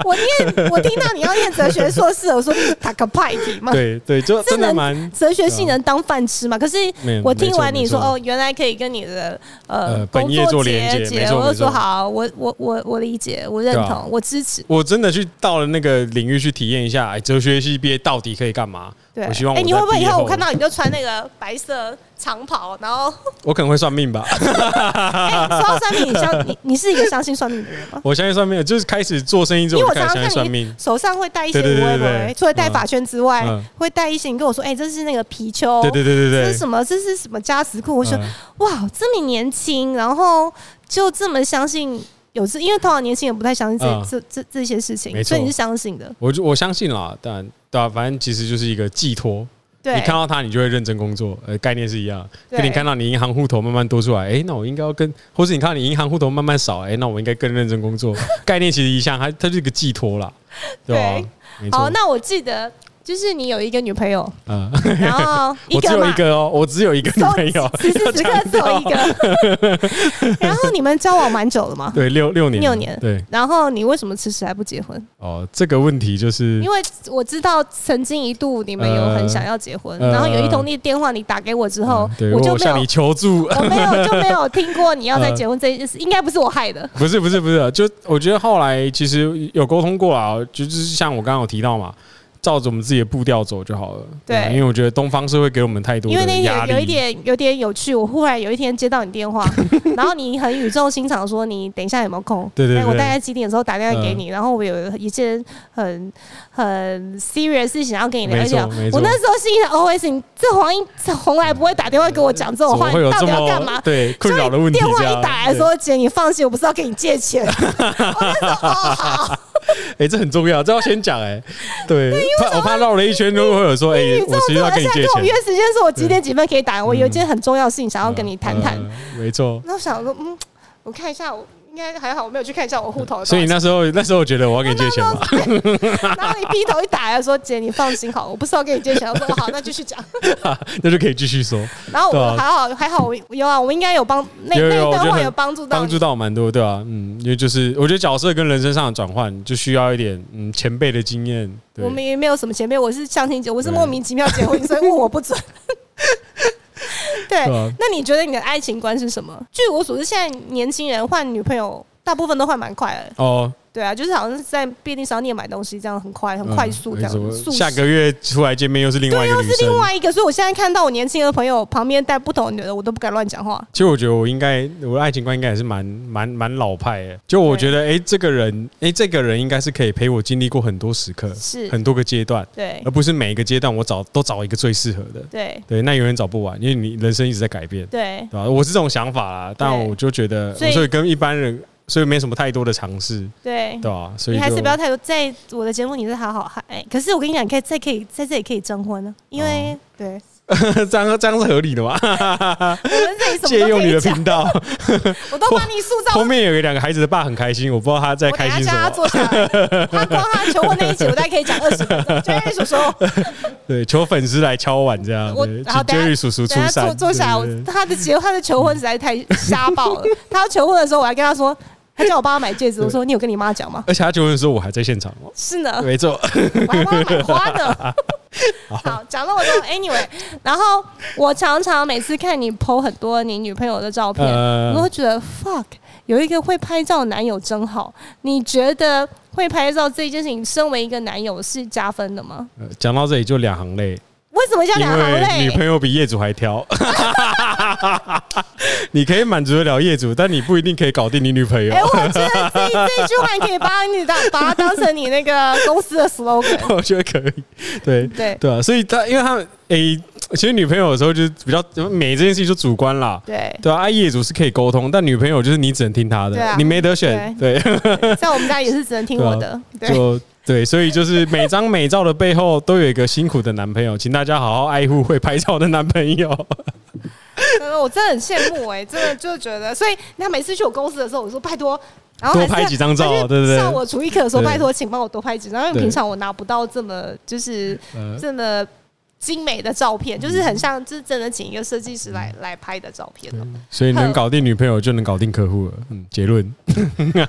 Speaker 1: 我念， 我听到你要念哲学硕士，我说你打个派题嘛。
Speaker 2: 对对，就
Speaker 1: 这
Speaker 2: 真的
Speaker 1: 能
Speaker 2: 蛮
Speaker 1: 哲学系能当饭吃嘛？可是
Speaker 2: 没
Speaker 1: 我
Speaker 2: 没
Speaker 1: 听
Speaker 2: 错
Speaker 1: 完
Speaker 2: 没
Speaker 1: 你说
Speaker 2: 错
Speaker 1: 哦，原来可以跟你的呃
Speaker 2: 呃本业
Speaker 1: 工作
Speaker 2: 做连
Speaker 1: 结
Speaker 2: 接没
Speaker 1: 结，
Speaker 2: 错
Speaker 1: 我就
Speaker 2: 没
Speaker 1: 说
Speaker 2: 错
Speaker 1: 好，我我我我理解，我认
Speaker 2: 对啊
Speaker 1: 同，我支持。
Speaker 2: 我真的去到了那个领域去体验一下，哎，哲学系毕业到底可以干嘛？
Speaker 1: 对，
Speaker 2: 我希望
Speaker 1: 哎，
Speaker 2: 我
Speaker 1: 你
Speaker 2: 在
Speaker 1: 会不会
Speaker 2: 毕
Speaker 1: 以
Speaker 2: 业
Speaker 1: 后
Speaker 2: 后
Speaker 1: 我看到你就穿那个白色长袍，然 后
Speaker 2: 我可能会算命吧。
Speaker 1: 哎，说到算命，你相你你是一个相信算命的人吗？
Speaker 2: 我相信算命，就是开始做生意之
Speaker 1: 因
Speaker 2: 后，
Speaker 1: 为
Speaker 2: 我
Speaker 1: 我
Speaker 2: 就开
Speaker 1: 常常
Speaker 2: 始相信
Speaker 1: 看
Speaker 2: 算
Speaker 1: 你
Speaker 2: 命。
Speaker 1: 手上会带一些
Speaker 2: 对对对
Speaker 1: 微
Speaker 2: 对对
Speaker 1: 博，除了带
Speaker 2: 嗯
Speaker 1: 法圈之外
Speaker 2: 嗯，
Speaker 1: 会带一些。你跟我说，哎，这是那个貔貅，
Speaker 2: 对对对
Speaker 1: 这是
Speaker 2: 对对，
Speaker 1: 什么？这是什么家词库？我说
Speaker 2: 嗯
Speaker 1: 哇，这么年轻，然后就这么相信有这，因为通常年轻人不太相信这、
Speaker 2: 嗯
Speaker 1: 这这这些事情，
Speaker 2: 没错
Speaker 1: 所以你是相信的，
Speaker 2: 我就我相信啦，但对啊，反正其实就是一个寄托。
Speaker 1: 对
Speaker 2: 你看到它，你就会认真工作，呃，概念是一样。
Speaker 1: 对
Speaker 2: 跟你看到你银行户头慢慢多出来，哎、那我应该要跟，或是你看到你银行户头慢慢少，哎、那我应该更认 真工作。概念其实一样，它它就是一个寄托啦，对吧？没
Speaker 1: 好，
Speaker 2: 错，
Speaker 1: 那我记得就是你有一个女朋 友，
Speaker 2: 嗯，
Speaker 1: 然后一
Speaker 2: 我只
Speaker 1: 个
Speaker 2: 有一
Speaker 1: 嘛。
Speaker 2: 个哦，我只有一个女朋友，
Speaker 1: 此时此刻 只有一个， 然后你们交往蛮久了嘛？
Speaker 2: 对，六六年，
Speaker 1: 六年
Speaker 2: 对，
Speaker 1: 然后你为什么迟迟还不结婚？
Speaker 2: 哦，这个问题就是
Speaker 1: 因为我知道曾经一度你们有很想要结婚，
Speaker 2: 呃
Speaker 1: 然后有一通电话你打给我之后
Speaker 2: 嗯，对
Speaker 1: 我就
Speaker 2: 我
Speaker 1: 没有
Speaker 2: 向你求助，
Speaker 1: 我没 有就没有听过你要再结婚这件事，应该不是我害的。
Speaker 2: 不是不是不是，就我觉得后来其实有沟通过啊，就就是像我刚刚有提到嘛，照着我们自己的步调走就好了。
Speaker 1: 对
Speaker 2: 啊因为我觉得东方社会给我们太多
Speaker 1: 因为
Speaker 2: 的
Speaker 1: 那
Speaker 2: 压
Speaker 1: 天
Speaker 2: 力。
Speaker 1: 有一点有点有趣，我忽然有一天接到你电话，然后你很语重心长说你等一下有没有空？哎
Speaker 2: 对对对嗯
Speaker 1: 但我大概几点的时候打电话给你，然后我有一件很很 serious 的事情要跟你聊一聊
Speaker 2: 没错没。错
Speaker 1: 我那时候心里想，OS 你这黄英从来不会打电话给我讲这
Speaker 2: 怎
Speaker 1: 种
Speaker 2: 么
Speaker 1: 话，
Speaker 2: 会有
Speaker 1: 你到
Speaker 2: 这
Speaker 1: 底要干嘛
Speaker 2: 么？ 对困扰的问题？
Speaker 1: 电话
Speaker 2: 这
Speaker 1: 一
Speaker 2: 样
Speaker 1: 打来
Speaker 2: 对
Speaker 1: 说，姐，你放心，我不是要跟你借钱。我那时候哦好，
Speaker 2: 哎，这很重要，这要先讲哎。对，怕我怕绕了一圈，如果会有说，哎
Speaker 1: 你，
Speaker 2: 我其实
Speaker 1: 这么
Speaker 2: 要
Speaker 1: 做，
Speaker 2: 跟你
Speaker 1: 现在
Speaker 2: 借
Speaker 1: 跟我约
Speaker 2: 钱，嗯
Speaker 1: 时间说，我几点几分可以打？我有一件很重要的事情想
Speaker 2: 然
Speaker 1: 要跟你谈谈。
Speaker 2: 嗯没错。
Speaker 1: 那我想说，嗯，我看一下，我应该还好，我没有去看一下我户头有多少钱。
Speaker 2: 所以那时候那时候觉得我要跟你借钱嘛，
Speaker 1: 然后你劈头一打来说：“姐，你放心好，我不是要跟你借钱。”我说：“好，那继续讲。
Speaker 2: 那就可以继续说，”
Speaker 1: 然后
Speaker 2: 对
Speaker 1: 我
Speaker 2: 啊
Speaker 1: 还好，还好我有啊，我应该有帮那
Speaker 2: 有有
Speaker 1: 那一
Speaker 2: 有我觉
Speaker 1: 段
Speaker 2: 得
Speaker 1: 话
Speaker 2: 很
Speaker 1: 有帮助到
Speaker 2: 帮
Speaker 1: 你
Speaker 2: 助。到蛮多，对吧？嗯，因为就是我觉得角色跟人生上的转换，就需要一点嗯前辈的经验。对
Speaker 1: 我们也没有什么前辈，我是相亲姐，我是
Speaker 2: 对
Speaker 1: 莫名其妙结婚，所以问我不准。 对
Speaker 2: 对啊，
Speaker 1: 那你觉得你的爱情观是什么？据我所知，现在年轻人换女朋友大部分都换蛮快的。
Speaker 2: 哦，
Speaker 1: 对啊，就是好像是在便利商店买东西，这样很快很快速这样。
Speaker 2: 嗯哎
Speaker 1: 速
Speaker 2: 怎么下
Speaker 1: 食啊
Speaker 2: 个月出来见面又是另外一个女
Speaker 1: 是
Speaker 2: 生
Speaker 1: 另。外一个，所以我现在看到我年轻的朋友旁边带不同的女的，我都不敢乱讲话。
Speaker 2: 其实我觉得我应该我的爱情观应该也是蛮蛮蛮老派的。就我觉得，哎、这个人，哎、这个人应该是可以陪我经历过很多时刻，
Speaker 1: 是
Speaker 2: 很多个阶段，
Speaker 1: 对
Speaker 2: 而不是每一个阶段我找都找一个最适合的。
Speaker 1: 对
Speaker 2: 对，那永远找不完，因为你人生一直在改变，
Speaker 1: 对，
Speaker 2: 对吧、我是这种想法啦，但
Speaker 1: 对
Speaker 2: 我就觉得，
Speaker 1: 所以
Speaker 2: 所以跟一般人，所以没什么太多的尝试，
Speaker 1: 对
Speaker 2: 对，吧、所以
Speaker 1: 你还是
Speaker 2: 就
Speaker 1: 不要太多。在我的节目，你是好好嗨、可是我跟你讲，你可以再可以在这里可以征婚呢、因为、
Speaker 2: 哦
Speaker 1: 对
Speaker 2: 这样这样是合理 的吧？
Speaker 1: 我们这里什
Speaker 2: 借
Speaker 1: 么都
Speaker 2: 用
Speaker 1: 可
Speaker 2: 你
Speaker 1: 以
Speaker 2: 的
Speaker 1: 讲，
Speaker 2: 频道，
Speaker 1: 我都帮你塑造
Speaker 2: 后面有两个孩子的爸很开心，我不知道他在
Speaker 1: 我等
Speaker 2: 开
Speaker 1: 一下
Speaker 2: 心什
Speaker 1: 叫他
Speaker 2: 么。
Speaker 1: 坐下来，他光他求婚那一集，我大概可以讲二十分 钟。Jerry 叔叔，
Speaker 2: 对，求粉丝来敲碗这样。
Speaker 1: 我
Speaker 2: 对
Speaker 1: 然后等
Speaker 2: 请
Speaker 1: 下
Speaker 2: Jerry 叔叔出
Speaker 1: 等一下
Speaker 2: 山，
Speaker 1: 坐坐下来，
Speaker 2: 对
Speaker 1: 我
Speaker 2: 对对
Speaker 1: 他的结他的求婚实在太瞎爆 了。他要求婚的时候，我还跟他说，他叫我帮他买戒指，我说你有跟你妈讲吗？
Speaker 2: 而且他求婚的时候我还在现场哦，
Speaker 1: 是呢，
Speaker 2: 没错，
Speaker 1: 我还帮他买花 呢。好，讲了我多 anyway，然后我常常每次看你 PO 很多你女朋友的照片，
Speaker 2: 呃
Speaker 1: 我都觉得 fuck，有一个会拍照的男友真好。你觉得会拍照这件事情，身为一个男友是加分的吗？
Speaker 2: 呃讲到这里就两行泪，
Speaker 1: 为什么叫
Speaker 2: 因
Speaker 1: 两行
Speaker 2: 为女
Speaker 1: 泪？
Speaker 2: 朋友比业主还 挑。你可以满足得了业主，但你不一定可以搞定你女朋友
Speaker 1: 哎、。我觉得这这一句话你可以把你当把它当成你那个公司的 slogan。
Speaker 2: 我觉得可以，对
Speaker 1: 对
Speaker 2: 对啊，所以他因为他诶、其实女朋友有时候就是比较美这件事情就主观啦。
Speaker 1: 对，
Speaker 2: 对啊，啊业主是可以沟通，但女朋友就是你只能听她的，
Speaker 1: 对啊
Speaker 2: 你没得选。对，
Speaker 1: 在我们家也是只能听
Speaker 2: 对啊
Speaker 1: 我的。对，
Speaker 2: 就对，所以就是每张美照的背后都有一个辛苦的男朋友，请大家好好爱护会拍照的男朋友。
Speaker 1: 呃我真的很羡慕哎、真的就觉得，所以他每次去我公司的时候，我说拜托，然后还
Speaker 2: 多
Speaker 1: 是
Speaker 2: 拍几张照啊
Speaker 1: 还是
Speaker 2: 对不对
Speaker 1: 上我厨艺课的时候，
Speaker 2: 对
Speaker 1: 拜托，请帮我多拍几张，因为
Speaker 2: 对
Speaker 1: 平常我拿不到这么就是
Speaker 2: 呃，
Speaker 1: 这么精美的照片，就是很像就是真的请一个设计师
Speaker 2: 嗯
Speaker 1: 来来拍的照片哦、
Speaker 2: 所以能搞定女朋友就能搞定客户了。嗯，结论。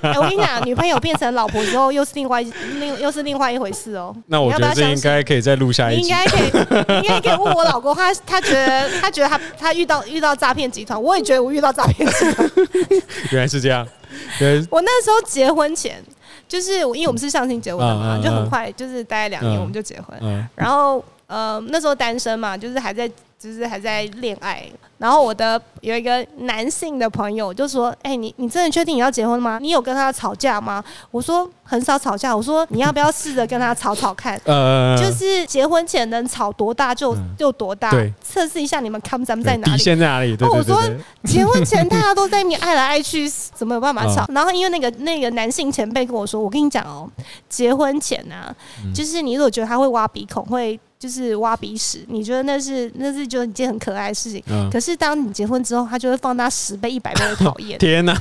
Speaker 1: 哎、我跟你讲，女朋友变成老婆之后，又是另外一另又是另外一回事哦、
Speaker 2: 那我
Speaker 1: 你要
Speaker 2: 觉
Speaker 1: 不
Speaker 2: 得
Speaker 1: 要
Speaker 2: 这
Speaker 1: 相
Speaker 2: 应
Speaker 1: 信？
Speaker 2: 该可以再录下
Speaker 1: 你
Speaker 2: 一
Speaker 1: 应
Speaker 2: 集。
Speaker 1: 该可以，你应该可以问我老公，他他觉得他觉得他他遇到遇到诈骗集团，我也觉得我遇到诈骗集团。
Speaker 2: 原来是这样。原来
Speaker 1: 我那时候结婚前，就是我因为我们是相亲结婚的嘛，
Speaker 2: 嗯嗯嗯
Speaker 1: 就很快，就是待两年
Speaker 2: 嗯
Speaker 1: 我们就结婚。
Speaker 2: 嗯，
Speaker 1: 然后呃那时候单身嘛，就是还在就是还在恋爱。然后我的有一个男性的朋友就说：“哎、你你真的确定你要结婚吗？你有跟他吵架吗？”我说：“很少吵架。”我说：“你要不要试着跟他吵吵看？”
Speaker 2: 呃，
Speaker 1: 就是结婚前能吵多大就、
Speaker 2: 嗯
Speaker 1: 就多大
Speaker 2: 对，
Speaker 1: 测试一下你们 come 咱们
Speaker 2: 对
Speaker 1: 在哪
Speaker 2: 底
Speaker 1: 里。
Speaker 2: 线在哪里？对
Speaker 1: 哦
Speaker 2: 对
Speaker 1: 我
Speaker 2: 对
Speaker 1: 说
Speaker 2: 对。
Speaker 1: 结婚前大家都在你爱来爱去，怎么有办法吵？
Speaker 2: 啊
Speaker 1: 然后因为那个那个男性前辈跟我说，我跟你讲哦，结婚前啊，
Speaker 2: 嗯
Speaker 1: 就是你如果觉得他会挖鼻孔，会就是挖鼻屎，你觉得那是那是就是一件很可爱的事情。
Speaker 2: 嗯，
Speaker 1: 可是当你结婚之后，他就会放大十倍、一百倍的讨厌。
Speaker 2: 哦 天哪、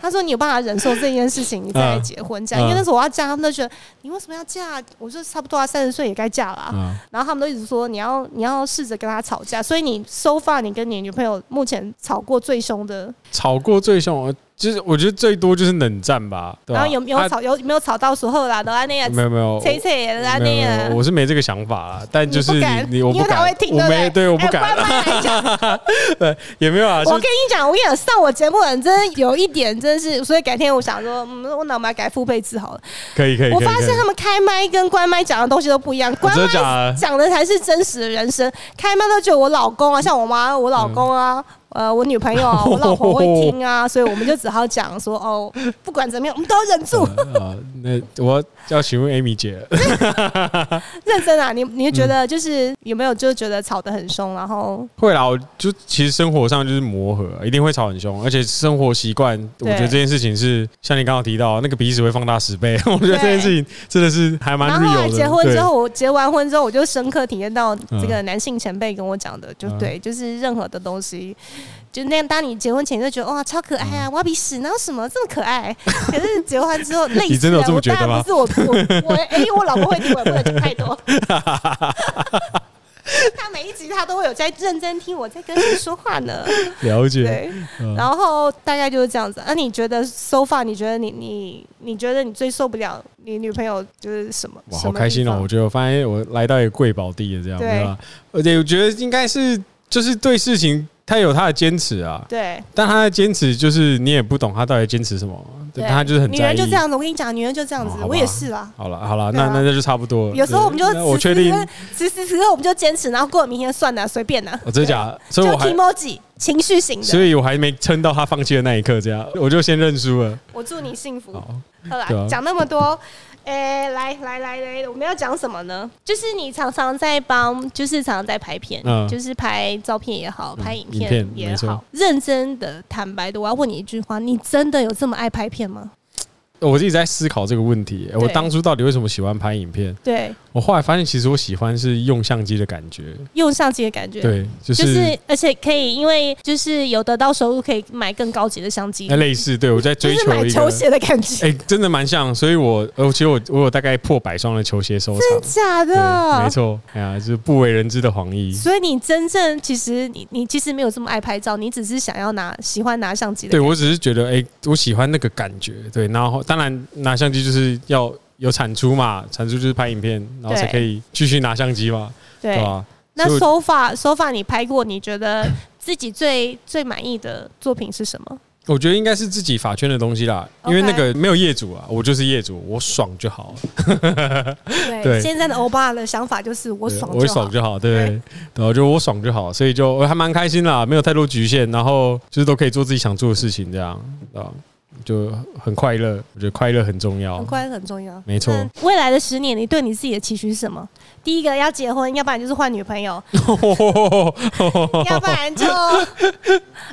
Speaker 1: 他说你有办法忍受这件事情，你再来
Speaker 2: 嗯
Speaker 1: 结婚这样。因为那时候我要嫁，他们都觉得你为什么要嫁？我说差不多啊，三十岁也该嫁了啊、
Speaker 2: 啊！
Speaker 1: 然后他们都一直说你要你要试着跟他吵架，所以你 so far 你跟你女朋友目前吵过最凶的，
Speaker 2: 吵过最凶，就是我觉得最多就是冷战吧。对吧
Speaker 1: 然后有没有
Speaker 2: 啊
Speaker 1: 吵有没有吵到时候啦？都安内啊，
Speaker 2: 没有没有，
Speaker 1: 切切的安
Speaker 2: 没
Speaker 1: 内
Speaker 2: 有
Speaker 1: 啊
Speaker 2: 没有，。我是没这个想法啦。但就是
Speaker 1: 你不敢
Speaker 2: 我
Speaker 1: 因
Speaker 2: 不
Speaker 1: 为他
Speaker 2: 敢
Speaker 1: 会，听
Speaker 2: 我
Speaker 1: 对不
Speaker 2: 没对，我不
Speaker 1: 哎
Speaker 2: 敢，
Speaker 1: 关麦来讲
Speaker 2: 对，也没有啊，
Speaker 1: 我
Speaker 2: 就
Speaker 1: 跟你讲，我跟你讲，上我节目的人真的有一点，真的是，所以改天我想说，嗯，我脑门改付费制好了。
Speaker 2: 可以可以。
Speaker 1: 我
Speaker 2: 可以
Speaker 1: 发
Speaker 2: 可以
Speaker 1: 现他们开麦跟关麦讲的东西都不一样，关
Speaker 2: 真的
Speaker 1: 麦
Speaker 2: 假的
Speaker 1: 讲的才是真实的人生，开麦都只有我老公啊，像我妈、
Speaker 2: 嗯
Speaker 1: 我老公啊，呃，我女朋友啊，我老婆会听 啊，所以我们就只好讲说，哦，不管怎么样，我们都要忍住，
Speaker 2: 啊，那我要询问 Amy 姐了，
Speaker 1: 认真啊。你你会觉
Speaker 2: 嗯
Speaker 1: 得就是有没有就觉得吵得很凶，然后
Speaker 2: 会啦，我就其实生活上就是磨合，一定会吵很凶，而且生活习惯，我
Speaker 1: 对
Speaker 2: 觉得这件事情是像你刚刚提到那个鼻屎会放大十倍， 我觉得
Speaker 1: 对
Speaker 2: 这件事情真的是还蛮
Speaker 1: 然后后
Speaker 2: real
Speaker 1: 来
Speaker 2: 的。
Speaker 1: 结婚
Speaker 2: 对
Speaker 1: 之后，我结完婚之后，我就深刻体验到这个男性前辈跟我讲的，就
Speaker 2: 嗯
Speaker 1: 对，就是任何的东西，就那样。当你结婚前就觉得哇超可爱啊，
Speaker 2: 嗯
Speaker 1: 挖鼻屎，然后什么这么可爱，可是结婚 之后累死了。
Speaker 2: 你真的有这么觉得吗
Speaker 1: 我当然不是我我我哎，我老婆会听，我也不能讲太 多。他每一集他都会有在认真听我在跟谁说话呢，
Speaker 2: 了解，
Speaker 1: 对，
Speaker 2: 嗯
Speaker 1: 然后大概就是这样子。那、你觉得 so far？你觉得你你你觉得你最受不了你女朋友就是什么？
Speaker 2: 哇，
Speaker 1: 什
Speaker 2: 好
Speaker 1: 么
Speaker 2: 开心
Speaker 1: 地
Speaker 2: 哦！
Speaker 1: 方
Speaker 2: 我觉得我发现我来到一个贵宝地了，这样
Speaker 1: 对
Speaker 2: 对吧？而且我觉得应该是就是对事情他有他的坚持啊，
Speaker 1: 对，
Speaker 2: 但他的坚持就是你也不懂他到底坚持什么，对，但他就是很
Speaker 1: 女
Speaker 2: 在
Speaker 1: 人
Speaker 2: 意。
Speaker 1: 就这样子，我跟你讲，女人就这样
Speaker 2: 哦
Speaker 1: 子
Speaker 2: 好，吧
Speaker 1: 我也是啦。
Speaker 2: 好了好了，
Speaker 1: 对
Speaker 2: 那
Speaker 1: 啊
Speaker 2: 那那就差不多了。
Speaker 1: 有时候我们就
Speaker 2: 对那我确定，
Speaker 1: 此时此刻我们就坚持，然后过了明天算了，随便啦。
Speaker 2: 哦我真的假的，所
Speaker 1: 啊就
Speaker 2: 以我还
Speaker 1: emoji 情绪型
Speaker 2: 所
Speaker 1: 的，
Speaker 2: 以我还没撑到他放弃的那一刻，这样我就先认输了。
Speaker 1: 我祝你幸福。
Speaker 2: 好，
Speaker 1: 好啦
Speaker 2: 对啊，
Speaker 1: 讲那么多，诶、来来来来，我们要讲什么呢？就是你常常在帮，就是常常在拍片，
Speaker 2: 嗯
Speaker 1: 就是拍照片也好，
Speaker 2: 嗯
Speaker 1: 拍影
Speaker 2: 影片
Speaker 1: 片也
Speaker 2: 没错
Speaker 1: 好，认真的、坦白的，我要问你一句话：你真的有这么爱拍片吗？
Speaker 2: 我自己在思考这个问题，哎我
Speaker 1: 对
Speaker 2: 当初到底为什么喜欢拍影片？
Speaker 1: 对，
Speaker 2: 我后来发现，其实我喜欢是用相机的感觉，
Speaker 1: 用相机的感觉，
Speaker 2: 对，就
Speaker 1: 就是是而且可以，因为就是有得到收入，可以买更高级的相机
Speaker 2: 那，哎类似，对我在
Speaker 1: 就
Speaker 2: 追
Speaker 1: 是
Speaker 2: 求
Speaker 1: 买
Speaker 2: 一
Speaker 1: 球
Speaker 2: 个。
Speaker 1: 鞋的感觉，
Speaker 2: 哎，真的蛮像，所以我呃，其实我我有大概破百双的球鞋收藏，
Speaker 1: 假
Speaker 2: 对，
Speaker 1: 的
Speaker 2: 没。错，哎呀，就是不为人知的黄奕。
Speaker 1: 所以你真正其实你你其实没有这么爱拍照，你只是想要拿喜欢拿相机的
Speaker 2: 对我只是觉得，哎、我喜欢那个感觉。对，然后当然拿相机就是要有产出嘛，产出就是拍影片，然后才
Speaker 1: 对
Speaker 2: 可以继续拿相机嘛，
Speaker 1: 对
Speaker 2: 对啊吧？所以
Speaker 1: 那
Speaker 2: 我
Speaker 1: 手法手法你拍过，你觉得自己最最满意的作品是什么？
Speaker 2: 我觉得应该是自己法圈的东西啦，因为
Speaker 1: OK
Speaker 2: 那个没有业主啊，我就是业主，我爽就好，
Speaker 1: 对
Speaker 2: 对
Speaker 1: 现在的欧巴的想法就是我
Speaker 2: 对
Speaker 1: 爽
Speaker 2: 我
Speaker 1: 就好
Speaker 2: 爽。就好，对，对，我觉得我爽就好，所以就我还蛮开心啦，没有太多局限，然后就是都可以做自己想做的事情，这样啊，就很快乐。我觉得快乐很重要
Speaker 1: 很， 快乐很重要，
Speaker 2: 没错
Speaker 1: 那未来的十年，你对你自己的期许是什么？第一个要结婚，要不然就是换女朋 友，要不然就……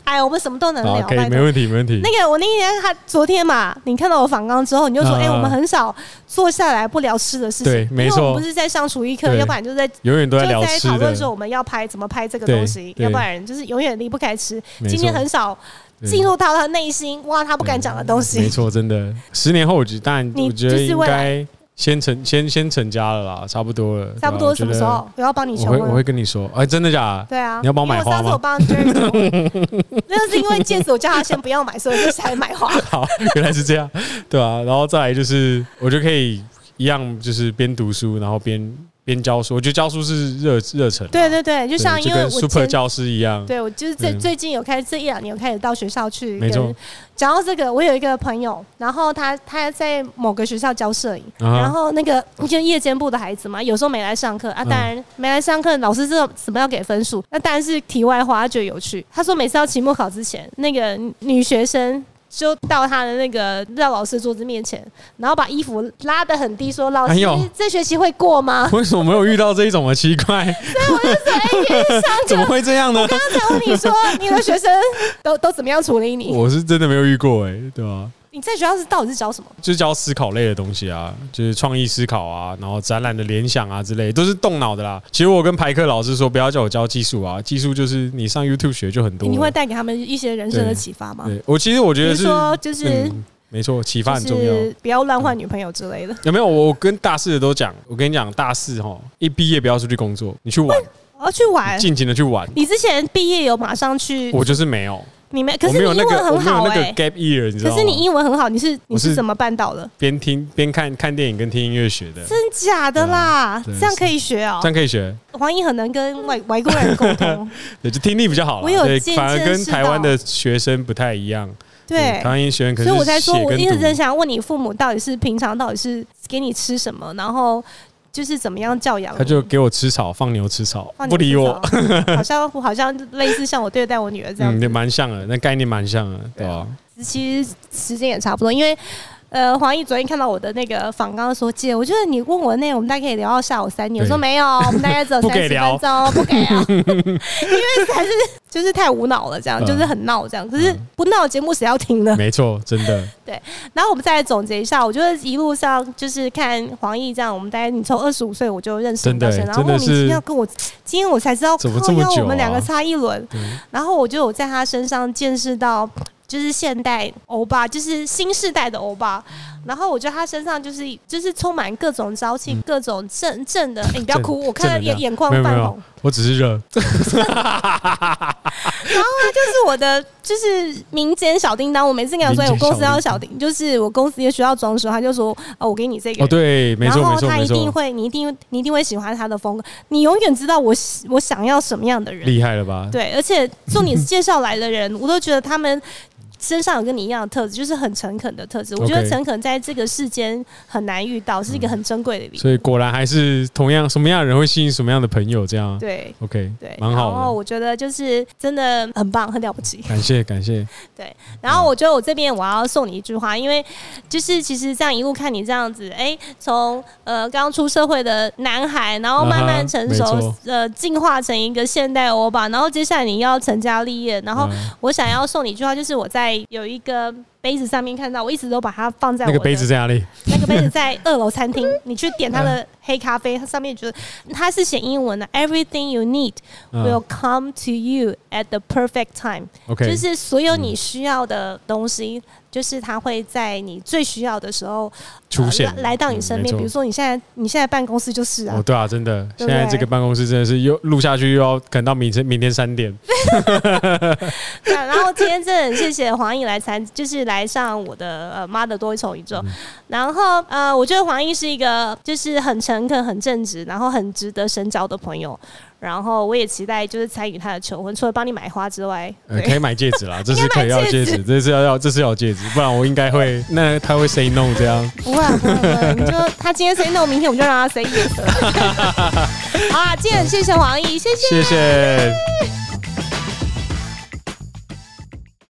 Speaker 1: 哎，我们什么都能
Speaker 2: 好，
Speaker 1: 聊。
Speaker 2: 可以，
Speaker 1: 拜
Speaker 2: 没
Speaker 1: 托。
Speaker 2: 问题，没问题。
Speaker 1: 那个，我那天他昨天嘛，你看到我访刚之后，你就说：“
Speaker 2: 嗯
Speaker 1: 哎，
Speaker 2: 嗯
Speaker 1: 我们很少坐下来不聊吃的事情，
Speaker 2: 对没
Speaker 1: 因为我
Speaker 2: 错
Speaker 1: 们不是在上厨艺课，
Speaker 2: 对
Speaker 1: 要不然就在
Speaker 2: 永远都在
Speaker 1: 就
Speaker 2: 聊
Speaker 1: 在
Speaker 2: 吃
Speaker 1: 讨
Speaker 2: 的
Speaker 1: 论，说我们要拍怎么拍这个
Speaker 2: 对
Speaker 1: 东西，
Speaker 2: 对
Speaker 1: 要不然就是永远离不开吃。
Speaker 2: 没错
Speaker 1: 今天很少
Speaker 2: 对
Speaker 1: 进入到他内心，哇，他不敢讲的东
Speaker 2: 没
Speaker 1: 西。
Speaker 2: 错，真的。十年后，我觉得，但
Speaker 1: 你
Speaker 2: 我觉得
Speaker 1: 就是
Speaker 2: 应
Speaker 1: 未
Speaker 2: 该先成先先成家了啦，差不多了，
Speaker 1: 差不
Speaker 2: 对吧啊
Speaker 1: 多什么时？候我要帮你
Speaker 2: 我
Speaker 1: 求
Speaker 2: 觉得我会我
Speaker 1: 婚
Speaker 2: 会？跟你说，哎，真的假的？
Speaker 1: 对啊，
Speaker 2: 你要帮我买花吗
Speaker 1: 因为我上次我帮 Jerry 求婚，那是因 为戒指我叫他先不要买，所以我就才买花。
Speaker 2: 好， 原来是这样，对啊。然后再来就是，我就可以一样，就是边读书，然后边边教书。我觉得教书是热热忱啊，
Speaker 1: 对对对，就
Speaker 2: 对，
Speaker 1: 像因为
Speaker 2: 跟
Speaker 1: 我
Speaker 2: super
Speaker 1: 前
Speaker 2: 教师一样，
Speaker 1: 对我就是最
Speaker 2: 嗯
Speaker 1: 最近有开始这一两年有开始到学校去
Speaker 2: 没错
Speaker 1: 跟。讲到这个，我有一个朋友，然后他他在某个学校教摄影，
Speaker 2: 啊哈
Speaker 1: 然后那个就夜间部的孩子嘛，有时候没来上课啊，当然没来上课，老师知道怎么要给分数，那当然是题外话，他觉得有趣。他说每次到期末考之前，那个女女学生。就到他的那个廖老师桌子面前，然后把衣服拉得很低，说：“老师
Speaker 2: 哎，呦
Speaker 1: 这学期会过 吗
Speaker 2: 为什么没有遇到这一种的奇 怪？？”怎么会这样呢？
Speaker 1: 刚才问你说你的学生都都怎么样处理你？
Speaker 2: 我是真的没有遇过，哎，对吧、
Speaker 1: 你在学校是到底是教什么？
Speaker 2: 就是教思考类的东西啊，就是创意思考啊，然后展览的联想啊之类，都是动脑的啦。其实我跟排课老师说，不要叫我教技术啊，技术就是你上 YouTube 学就很多了。
Speaker 1: 你会带给他们一些人生的启发吗？
Speaker 2: 对我其实我觉
Speaker 1: 比
Speaker 2: 得
Speaker 1: 如
Speaker 2: 是，
Speaker 1: 说，就是、
Speaker 2: 嗯，没错，启
Speaker 1: 就
Speaker 2: 发很重要。
Speaker 1: 是不要乱换女朋友之类的。
Speaker 2: 有没有？我跟大四的都讲，我跟你讲，大四哈，一毕业不要出去工作，你去玩，
Speaker 1: 我要去玩。
Speaker 2: 尽情的去玩。
Speaker 1: 你之前毕业有马上去，
Speaker 2: 我就是没有，
Speaker 1: 你没？哎可
Speaker 2: 我
Speaker 1: 是
Speaker 2: 没
Speaker 1: 你
Speaker 2: 有那
Speaker 1: 英
Speaker 2: 个
Speaker 1: 文，
Speaker 2: 我
Speaker 1: 很
Speaker 2: 没有
Speaker 1: 好
Speaker 2: 那个
Speaker 1: 哎、
Speaker 2: gap year，你知道
Speaker 1: 可
Speaker 2: 吗？
Speaker 1: 是你英文很好，你是你
Speaker 2: 我是
Speaker 1: 是怎么办到的？
Speaker 2: 边听边看看电影跟听音乐学的，
Speaker 1: 真假的啦，
Speaker 2: 对啊对
Speaker 1: 这样可以学哦
Speaker 2: 这、样可以学。
Speaker 1: 黄奕很能跟外外国人沟 通，
Speaker 2: 对，就听力比较好啦，
Speaker 1: 我有
Speaker 2: 对，
Speaker 1: 见
Speaker 2: 反而跟
Speaker 1: 见识
Speaker 2: 台湾
Speaker 1: 到
Speaker 2: 的学生不太一样。
Speaker 1: 对
Speaker 2: 台。湾音学生可
Speaker 1: 所
Speaker 2: 能
Speaker 1: 以
Speaker 2: 是
Speaker 1: 我才说，
Speaker 2: 写
Speaker 1: 我
Speaker 2: 跟
Speaker 1: 一直很
Speaker 2: 读，
Speaker 1: 想问你，父母到底是平常到底是给你吃什么，然后就是怎么样教养你？
Speaker 2: 他就给我吃草，放牛吃草，不理我。
Speaker 1: 放你不知道，好像 好像类似像我对待我女儿这样
Speaker 2: 嗯，
Speaker 1: 子
Speaker 2: 也。蛮像的，那概念蛮像的，
Speaker 1: 对
Speaker 2: 对
Speaker 1: 啊
Speaker 2: 吧？
Speaker 1: 其实时间也差不多，因为呃，黄奕昨天看到我的那个访刚说，姐，我觉得你问我的内容，我们大概可以聊到下午三点。
Speaker 2: 对
Speaker 1: 我说没有，我们大概只 有
Speaker 2: 不
Speaker 1: 三
Speaker 2: 给
Speaker 1: 十
Speaker 2: 聊
Speaker 1: 分钟， 不给聊，因为还是就是太无脑了，这样、
Speaker 2: 嗯
Speaker 1: 就是很闹这样。可是不闹的节目谁要听呢？
Speaker 2: 没错，真的，
Speaker 1: 然后我们再来总结一下，我觉得一路上就是看黄奕这样，我们大概你从二十五岁我就认识
Speaker 2: 真的
Speaker 1: 到现在，然后
Speaker 2: 真的
Speaker 1: 莫名
Speaker 2: 是
Speaker 1: 其妙跟我今天我才知道，
Speaker 2: 怎么
Speaker 1: 靠
Speaker 2: 这么
Speaker 1: 要
Speaker 2: 久
Speaker 1: 我们两
Speaker 2: 啊
Speaker 1: 个差一轮。
Speaker 2: 对，
Speaker 1: 然后我就有在他身上见识到，就是现代欧巴，就是新时代的欧巴。然后我觉得他身上就是就是充满各种朝气，各种正正的。哎你不要哭，我看
Speaker 2: 正
Speaker 1: 到
Speaker 2: 能量
Speaker 1: 眼眼眶
Speaker 2: 没有没
Speaker 1: 泛
Speaker 2: 有
Speaker 1: 红。，
Speaker 2: 我只是热，
Speaker 1: 然后他就是我的，就是民间小叮当。我每次跟他说，哎我
Speaker 2: 民间小
Speaker 1: 公司要
Speaker 2: 叮
Speaker 1: 小叮，就是我公司也需要装修，他就说，哦，我给你这个。
Speaker 2: 哦，对，没
Speaker 1: 然
Speaker 2: 错，没
Speaker 1: 后
Speaker 2: 错，
Speaker 1: 他
Speaker 2: 没
Speaker 1: 一定
Speaker 2: 错，
Speaker 1: 会，你一定，你一定会喜欢他的风格。你永远知道我喜我想要什么样的人，
Speaker 2: 厉害了吧？
Speaker 1: 对。而且重 点是介绍来的人，我都觉得他们身上有跟你一样的特质，就是很诚恳的特质。我觉得
Speaker 2: OK
Speaker 1: 诚恳在这个世间很难遇到，是一个很珍贵的礼物。
Speaker 2: 所以果然还是同样什么样的人会吸引什么样的朋友，这样啊
Speaker 1: 对
Speaker 2: OK，
Speaker 1: 对，
Speaker 2: 蛮
Speaker 1: 然后
Speaker 2: 好的，嗯啊
Speaker 1: 我觉得就是真的很棒，很了不起。
Speaker 2: 感谢感谢，
Speaker 1: 对，然后我觉得我这边我要送你一句话，因为就是其实这样一路看你这样子，哎，从呃刚出社会的男孩，然后慢
Speaker 2: 啊哈
Speaker 1: 慢成
Speaker 2: 没
Speaker 1: 熟
Speaker 2: 错，
Speaker 1: 呃，进化成一个现代欧巴，然后接下来你要成家立业，然后
Speaker 2: 嗯
Speaker 1: 我想要送你一句话，就是我在有一个杯子上面看到，我一直都把它放在我
Speaker 2: 那
Speaker 1: 的
Speaker 2: 个杯子在哪里？
Speaker 1: 那个杯子在二楼餐厅， 你去点它的黑咖啡，它上面就是嗯它是写英文的，Everything you need
Speaker 2: 嗯
Speaker 1: will come to you at the perfect time，、
Speaker 2: OK，
Speaker 1: 就是所有你需要的东西，就是它会在你最需要的时候
Speaker 2: 出现
Speaker 1: 呃来来到你身边。
Speaker 2: 嗯没错
Speaker 1: 比如说你现在你现在办公室就是啊
Speaker 2: 哦，，对啊，真的，
Speaker 1: 对
Speaker 2: 现
Speaker 1: 不
Speaker 2: 在这
Speaker 1: 对
Speaker 2: 个办公室真的是又录下去又要等到 明天明天三点，
Speaker 1: 对啊，然后今天真的很谢谢黄奕来参，就是来上我的呃妈的多重宇宙。然后呃，我觉得黄奕是一个就是很诚恳、很正直，然后很值得深交的朋友。然后我也期待就是参与他的求婚，除了帮你买花之外，
Speaker 2: 呃，
Speaker 1: 对，
Speaker 2: 可以买戒指啦，这是可以
Speaker 1: 应该
Speaker 2: 要
Speaker 1: 买戒
Speaker 2: 戒指，这是要要这是要戒指，不然我应该会那他会 say no 这样。
Speaker 1: 不会啊不会不会，你就他今天 say no，明天我们就 让他 say yes。好啊，今天很谢谢黄奕，谢谢。
Speaker 2: 谢谢。